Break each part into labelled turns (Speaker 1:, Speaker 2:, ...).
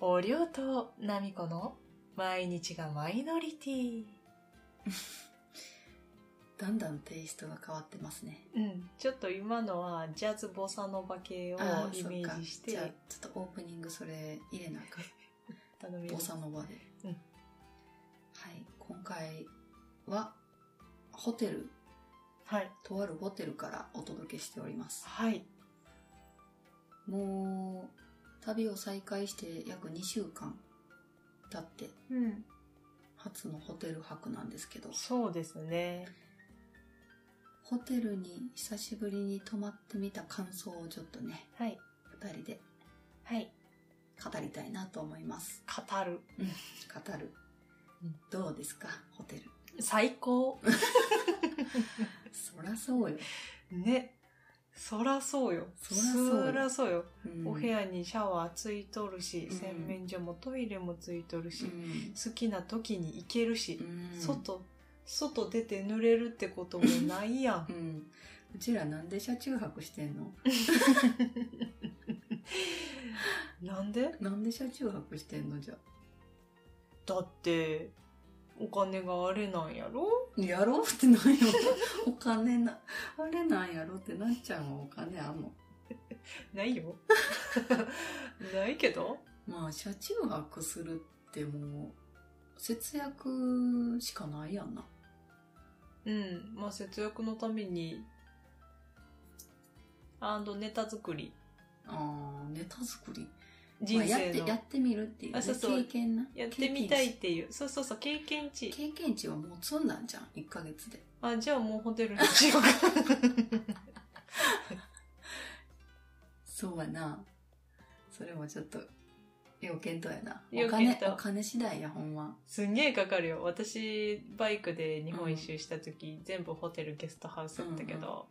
Speaker 1: おりょうとなみこの毎日がマイノリティ。
Speaker 2: だんだんテイストが変わってますね
Speaker 1: うん、ちょっと今のはジャズボサノバ系を
Speaker 2: あー
Speaker 1: イメージし
Speaker 2: そ
Speaker 1: て
Speaker 2: っかじゃあちょっとオープニングそれ入れなあかん
Speaker 1: 頼み
Speaker 2: ボ
Speaker 1: ます
Speaker 2: サ。ノバで、
Speaker 1: うん
Speaker 2: はい今回はホテル
Speaker 1: はい。
Speaker 2: とあるホテルからお届けしております
Speaker 1: はい。
Speaker 2: もう旅を再開して約2週間経って
Speaker 1: うん。
Speaker 2: 初のホテル泊なんですけど
Speaker 1: そうですね。
Speaker 2: ホテルに久しぶりに泊まってみた感想をちょっとね
Speaker 1: はい。
Speaker 2: 2人で
Speaker 1: はい。
Speaker 2: 語りたいなと思います
Speaker 1: 語る。
Speaker 2: 語る、
Speaker 1: うん
Speaker 2: どうですかホテル
Speaker 1: 最高。
Speaker 2: そらそうよ、
Speaker 1: ね。そらそうよ。
Speaker 2: そらそうよ
Speaker 1: そらそうよ。
Speaker 2: うん
Speaker 1: お部屋にシャワーついとるし、
Speaker 2: うん
Speaker 1: 洗面所もトイレもついとるし、
Speaker 2: うん
Speaker 1: 好きな時に行けるし、
Speaker 2: うん
Speaker 1: 外、外出て濡れるってこともないやん
Speaker 2: う。んうちらなんで車中泊してんの
Speaker 1: なんで
Speaker 2: なんで車中泊してんのじゃ
Speaker 1: だって、お金があれなんやろ
Speaker 2: やろうって なんやお金なあれなんやろってなっちゃんはお金あんの
Speaker 1: ないよ。 ないけど
Speaker 2: まあ車中泊するってもう節約しかないやんな
Speaker 1: うん。まあ、節約のために、アンドネタ作り。
Speaker 2: あーネタ作り
Speaker 1: 人
Speaker 2: まあやっ
Speaker 1: 生
Speaker 2: てや
Speaker 1: の。
Speaker 2: ってみるっていう,、
Speaker 1: あそうそう
Speaker 2: 経験な
Speaker 1: やってみたいっ
Speaker 2: 経
Speaker 1: ていう。そうそうそう、経験値
Speaker 2: 験。値経験値はもう積んだんじゃん1ヶ月で
Speaker 1: あ、じゃあもうホテルにしようか。
Speaker 2: そうやなそれもちょっと要検討やなお
Speaker 1: 要検
Speaker 2: 金
Speaker 1: 討
Speaker 2: お金次第やほんます
Speaker 1: んげえかかるよ。私、バイクで日本一周した時、全部ホテルゲストハウスだったけど、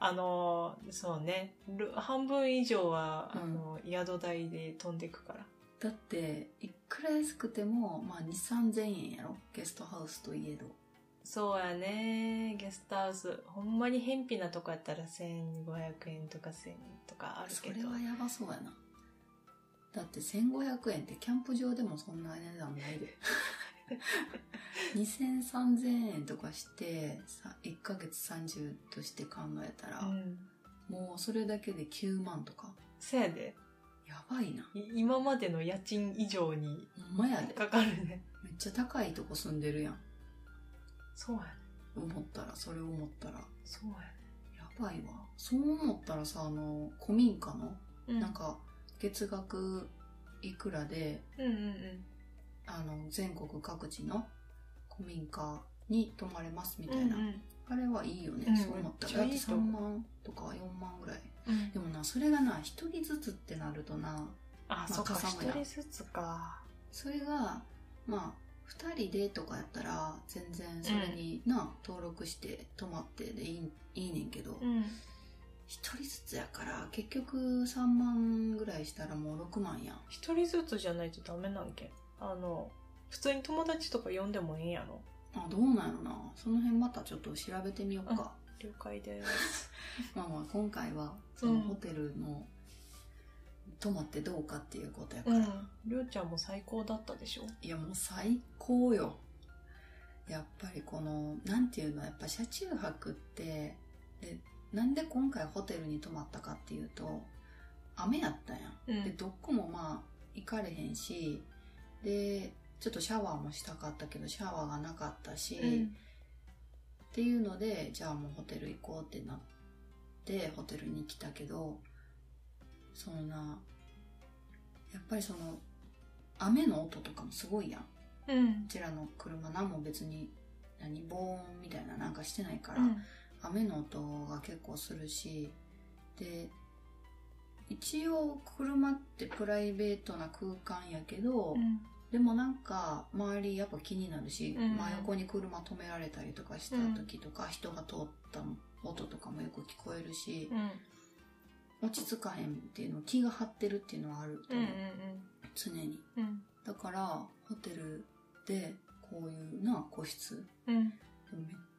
Speaker 2: うん
Speaker 1: あのー、そうね、ル半分以上は、
Speaker 2: うん
Speaker 1: あの、宿代で飛んでくから。
Speaker 2: だっていくら安くても、まあ、2 3 0 0円やろゲストハウスといえど
Speaker 1: そうやね、ゲストハウス。ほんまに偏僻なとこやったら1500円とか1000円とかある
Speaker 2: そ
Speaker 1: け
Speaker 2: れ
Speaker 1: ど
Speaker 2: は。やばそうやなだって1500円ってキャンプ場でもそんな値段ない で20003000円とかしてさ1ヶ月30として考えたら、
Speaker 1: うん。
Speaker 2: もうそれだけで9万とか
Speaker 1: そやで。
Speaker 2: やばいない
Speaker 1: 今までの家賃以上に
Speaker 2: ほんまやで
Speaker 1: かかるね。
Speaker 2: めっちゃ高いとこ住んでるやん
Speaker 1: そうやね。
Speaker 2: 思ったらそれ思ったらや
Speaker 1: そうやね。
Speaker 2: ばいわそう思ったらさあの古民家の、
Speaker 1: う
Speaker 2: なん、か月額いくらで
Speaker 1: うんうんうん。
Speaker 2: あの全国各地の古民家に泊まれますみたいな、
Speaker 1: うんうん
Speaker 2: あれはいいよね、
Speaker 1: うん
Speaker 2: そう思ったらだっ
Speaker 1: め
Speaker 2: て
Speaker 1: っちゃいいと
Speaker 2: 3
Speaker 1: 思
Speaker 2: 万とか4万ぐらい
Speaker 1: うん
Speaker 2: でもなそれがな1人ずつってなるとな
Speaker 1: あ、そっか、
Speaker 2: かさ
Speaker 1: 一
Speaker 2: むや
Speaker 1: 人ずつか。
Speaker 2: それがまあ2人でとかやったら全然それにな、登録して泊まってでいいいいねんけど、
Speaker 1: うん。
Speaker 2: 一人ずつやから結局3万ぐらいしたらもう6万やん
Speaker 1: 一人ずつじゃないとダメなんけ。あの、普通に友達とか呼んでもいいんやろ。
Speaker 2: あどうなんやろなその辺またちょっと調べてみようか、
Speaker 1: 了解です。
Speaker 2: まあまあ今回はそのホテルの泊まってどうかっていうことやから、い。
Speaker 1: りょうちゃんも最高だったでしょ
Speaker 2: やもう最高よやっぱりこのなんていうのやっぱ車中泊ってでなんで今回ホテルに泊まったかっていうと雨やったやん
Speaker 1: う
Speaker 2: で。どこもまあ行かれへんしでちょっとシャワーもしたかったけどシャワーがなかったし、
Speaker 1: うん
Speaker 2: っていうのでじゃあもうホテル行こうってなってホテルに来たけどそんなやっぱりその雨の音とかもすごいやんう
Speaker 1: うん。
Speaker 2: ちらの車何も別に何防音みたいななんかしてないから、
Speaker 1: うん
Speaker 2: 雨の音が結構するしで一応車ってプライベートな空間やけ
Speaker 1: う
Speaker 2: ど、
Speaker 1: ん
Speaker 2: でもなんか周りやっぱ気になるし、
Speaker 1: うん
Speaker 2: 真横に車止められたりとかした時とか、人が通った音とかもよく聞こえるし、
Speaker 1: うん。
Speaker 2: 落ち着かへんっていうの気が張ってるっていうのはあると
Speaker 1: うん
Speaker 2: 思
Speaker 1: うん
Speaker 2: う、常に
Speaker 1: うん。
Speaker 2: だからホテルでこういうな個室
Speaker 1: うん。
Speaker 2: めっ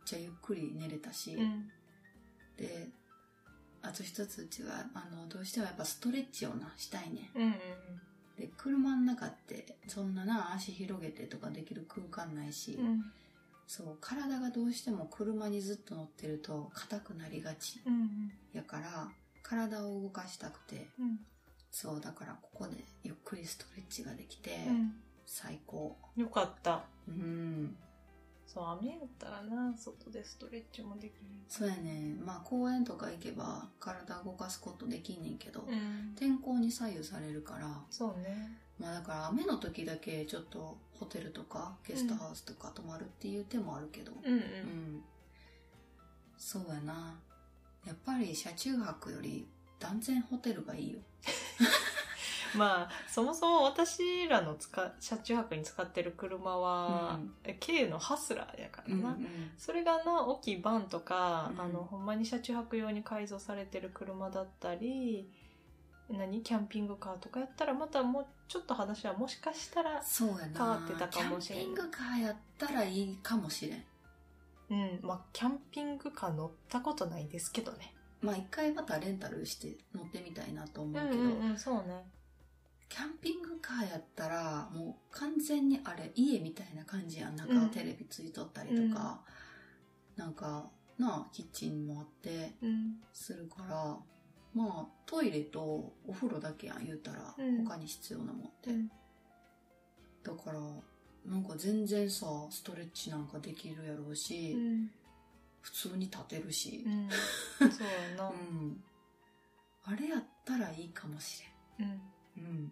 Speaker 2: ちゃゆっくり寝れたし、
Speaker 1: うん。
Speaker 2: であと一つうちはあのどうしてもやっぱストレッチをなしたいね
Speaker 1: うん。
Speaker 2: で車の中ってそんなな足広げてとかできる空間ないし、
Speaker 1: うん
Speaker 2: そう体がどうしても車にずっと乗ってると硬くなりがち
Speaker 1: うん
Speaker 2: やから体を動かしたくて
Speaker 1: うん
Speaker 2: そうだからここでゆっくりストレッチができて、最高
Speaker 1: うんよかった
Speaker 2: うん
Speaker 1: そう雨やったらな外でストレッチもでき
Speaker 2: そうやねまあ公園とか行けば体動かすことできんねんけど、
Speaker 1: るうん
Speaker 2: 天候に左右されるから
Speaker 1: そうね
Speaker 2: まあだから雨の時だけちょっとホテルとかゲストハウスとか泊まるっていう手もあるけど、
Speaker 1: うんう
Speaker 2: うんん、そうやなやっぱり車中泊より断然ホテルがいいよ
Speaker 1: まあそもそも私らの使車中泊に使ってる車は
Speaker 2: うん
Speaker 1: え軽のハスラーやからな、
Speaker 2: うん
Speaker 1: それがな大きいバンとか、
Speaker 2: うん
Speaker 1: あのほんまに車中泊用に改造されてる車だったり何キャンピングカーとかやったらまたもうちょっと話はもしかしたら、
Speaker 2: そうやな
Speaker 1: 変わってたかもしれん
Speaker 2: キャンピングカーやったらいいかもしれん
Speaker 1: うんまあ、キャンピングカー乗ったことないですけどね。
Speaker 2: まあ一回またレンタルして乗ってみたいなと思うけど、
Speaker 1: ん、そうね。
Speaker 2: キャンピングカーやったらもう完全にあれ家みたいな感じやん中
Speaker 1: うん
Speaker 2: テレビついとったりとか、なんかなあキッチンもあって
Speaker 1: うん、
Speaker 2: するからまあトイレとお風呂だけやん言うたら、
Speaker 1: うん
Speaker 2: 他に必要なもんって、
Speaker 1: うん
Speaker 2: だからなんか全然さストレッチなんかできるやろうし、
Speaker 1: うん、
Speaker 2: 普通に立てるし
Speaker 1: う、ん、そうやな
Speaker 2: う。んあれやったらいいかもし
Speaker 1: うん、
Speaker 2: れん、うん、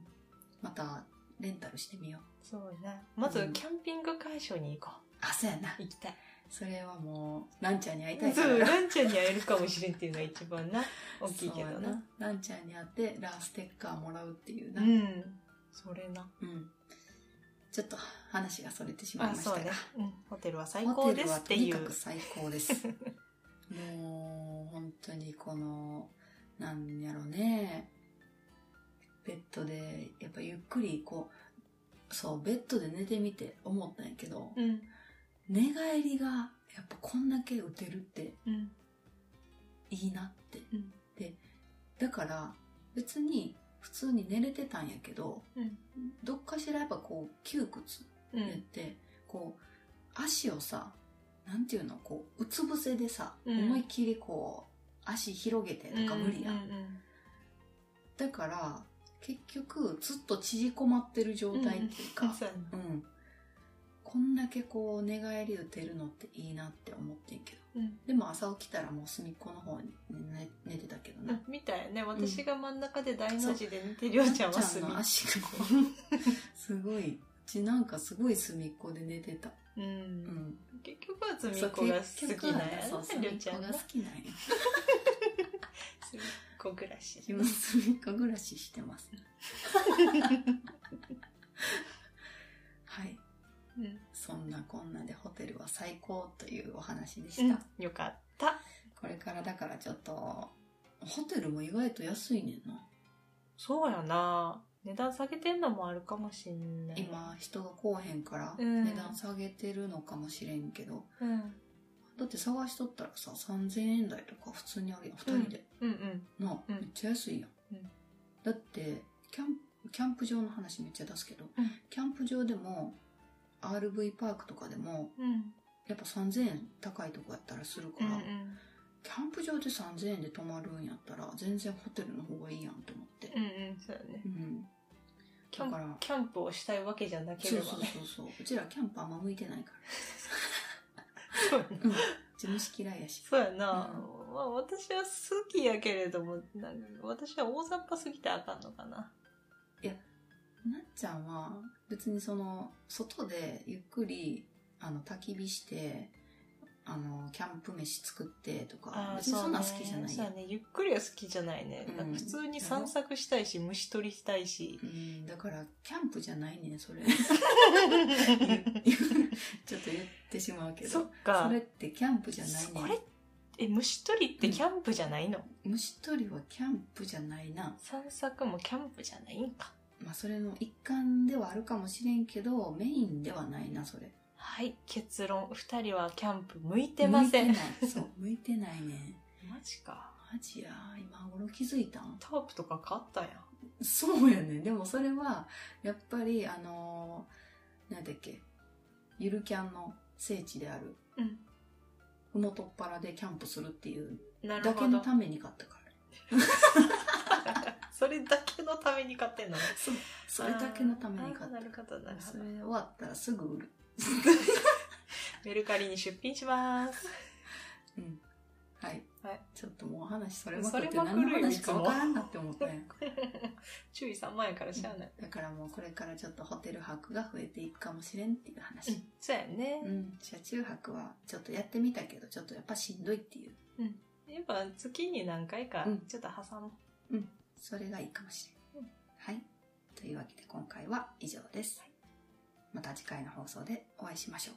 Speaker 2: またレンタルしてみよう
Speaker 1: そうね。まず
Speaker 2: うん
Speaker 1: キャンピング会場に行こ
Speaker 2: あそうやな
Speaker 1: う。行きたい。
Speaker 2: それはもうランちゃんに会いたいか
Speaker 1: そう、
Speaker 2: ら
Speaker 1: ランちゃんに会えるかもしれんっていうのが一番な大きいけど
Speaker 2: そうや
Speaker 1: な。
Speaker 2: ランちゃんに会ってラーステッカーもらうっていう
Speaker 1: う
Speaker 2: な、
Speaker 1: ん、それな。
Speaker 2: うんちょっと話がそれてしまい
Speaker 1: あ、
Speaker 2: ました
Speaker 1: そう
Speaker 2: が、
Speaker 1: ね。うん、ホテルは最
Speaker 2: ホ
Speaker 1: 高
Speaker 2: テ
Speaker 1: で
Speaker 2: ル
Speaker 1: す
Speaker 2: は
Speaker 1: っ
Speaker 2: と
Speaker 1: てい
Speaker 2: に
Speaker 1: う
Speaker 2: か。く最高です もう本当にこのなんやろねベッドでやっぱゆっくりこうそうベッドで寝てみて思ったんやけど、
Speaker 1: うん、
Speaker 2: 寝返りがやっぱこんだけ打てるって
Speaker 1: うん、
Speaker 2: いいなって、
Speaker 1: うん
Speaker 2: でだから別に普通に寝れてたんやけど
Speaker 1: うん、
Speaker 2: どっかしらやっぱこう窮屈
Speaker 1: う
Speaker 2: 寝
Speaker 1: ん、
Speaker 2: て、こう足をさなんていうのこううつ伏せでさ、
Speaker 1: うん
Speaker 2: 思いっきりこう足広げてとか無理や、
Speaker 1: うん
Speaker 2: ん、だから結局ずっと縮こまってる状態っていう
Speaker 1: うん、
Speaker 2: か、
Speaker 1: そうやな
Speaker 2: うんこんだけこう寝返り打てるのっていいなって思ってんけど
Speaker 1: うん。
Speaker 2: でも朝起きたらもう隅っこの方に寝寝てたけどな、
Speaker 1: あみたいね。私が真ん中で大の字で寝て、りょうちゃんは
Speaker 2: ちゃん
Speaker 1: 隅っ
Speaker 2: の
Speaker 1: こ
Speaker 2: 足がこうすごいうちなんかすごい隅っこで寝てた、
Speaker 1: う。
Speaker 2: うんん、
Speaker 1: 結局は隅っこが好きなんや
Speaker 2: そう
Speaker 1: な、
Speaker 2: 隅
Speaker 1: り
Speaker 2: っ
Speaker 1: ょうちゃ
Speaker 2: こ
Speaker 1: ん
Speaker 2: が
Speaker 1: は。
Speaker 2: 好きなんや
Speaker 1: 隅っこ暮らし。
Speaker 2: 今隅っこ暮らししてますはい
Speaker 1: うん
Speaker 2: そんなこんなでホテルは最高というお話でした、
Speaker 1: うん、よかった。
Speaker 2: これからだからちょっとホテルも意外と安いねんな
Speaker 1: そうやな。値段下げてんのもあるかもしんない。。
Speaker 2: 今人が来おへんから
Speaker 1: うん
Speaker 2: 値段下げてるのかもしれんけど、
Speaker 1: うん。
Speaker 2: だって探しとったらさ3000円台とか普通にあるやん2人で、
Speaker 1: うんうん。
Speaker 2: なあ、
Speaker 1: うん
Speaker 2: めっちゃ安いやん、
Speaker 1: うん
Speaker 2: だってキャンキャンプ場の話めっちゃ出すけど、
Speaker 1: うん
Speaker 2: キャンプ場でも RV パークとかでも
Speaker 1: うん。
Speaker 2: やっぱ3000円高いとこやったらするか
Speaker 1: うん
Speaker 2: ら、
Speaker 1: うん。
Speaker 2: キャンプ場で3000円で泊まるんやったら全然ホテルの方がいいやんと思って
Speaker 1: うんうん。そうやね
Speaker 2: う。ん
Speaker 1: キャ
Speaker 2: だ
Speaker 1: ン
Speaker 2: から
Speaker 1: キャンプをしたいわけじゃなけ
Speaker 2: そ
Speaker 1: れ
Speaker 2: う
Speaker 1: ば
Speaker 2: そう
Speaker 1: ね。
Speaker 2: そうそううちらキャンプあんま向いてない か
Speaker 1: そうや
Speaker 2: ら、うん、自虫嫌いやし
Speaker 1: そうやな。まあ私は好きやけれども、なんか私は大雑把すぎてあかんのかな。
Speaker 2: なっちゃんは別にその外でゆっくりあの焚き火してあのキャンプ飯作ってとか別にそんなん好きじゃない
Speaker 1: そう
Speaker 2: や
Speaker 1: やね。ゆっくりは好きじゃないね。
Speaker 2: うん
Speaker 1: なんか普通に散策したいし、虫取りしたい し。
Speaker 2: うんだからキャンプじゃないねそ れちょっと言ってしまうけど
Speaker 1: そっか
Speaker 2: それってキャンプじゃない
Speaker 1: こ
Speaker 2: ね
Speaker 1: れえ虫取りってキャンプじゃないの、
Speaker 2: 虫取りはキャンプじゃないな
Speaker 1: 散策もキャンプじゃないんか
Speaker 2: まあそれの一環ではあるかもしれんけどメインではないなそれ
Speaker 1: はい結論2人はキャンプ向いてません
Speaker 2: 向いてないそう向いてないね
Speaker 1: マジか
Speaker 2: マジや今頃気づいたん
Speaker 1: タープとか買ったやん
Speaker 2: そうやねでもそれはやっぱりあのー、なんだっけゆるキャンの聖地である
Speaker 1: うん
Speaker 2: ふもとっぱらでキャンプするっていう
Speaker 1: なる
Speaker 2: だけ
Speaker 1: ほ
Speaker 2: の
Speaker 1: ど
Speaker 2: ために買ったから
Speaker 1: それだけのために買ってんの
Speaker 2: そうそれだけのために買
Speaker 1: あ
Speaker 2: っ
Speaker 1: ーなるほどなる
Speaker 2: たそ
Speaker 1: ほ
Speaker 2: れ
Speaker 1: ど
Speaker 2: 終わったらすぐ 売る
Speaker 1: メルカリに出品します
Speaker 2: うんはい、
Speaker 1: はい
Speaker 2: ちょっともう話それまくって
Speaker 1: それまくる
Speaker 2: 何
Speaker 1: よ
Speaker 2: の話か
Speaker 1: いつも
Speaker 2: わからんなって 思ったね
Speaker 1: 注意3万円からしゃあない、
Speaker 2: だからもうこれからちょっとホテル泊が増えていくかもしれんっていう話、
Speaker 1: うんそうやね
Speaker 2: う、ん、車中泊はちょっとやってみたけどちょっとやっぱしんどいっていう
Speaker 1: やっぱ月に何回か
Speaker 2: うん
Speaker 1: ちょっと挟む、
Speaker 2: それがいいかもしれん、
Speaker 1: うん
Speaker 2: はいというわけで今回は以上です、また次回の放送でお会いしましょう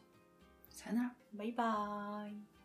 Speaker 2: さよなら
Speaker 1: バイバーイ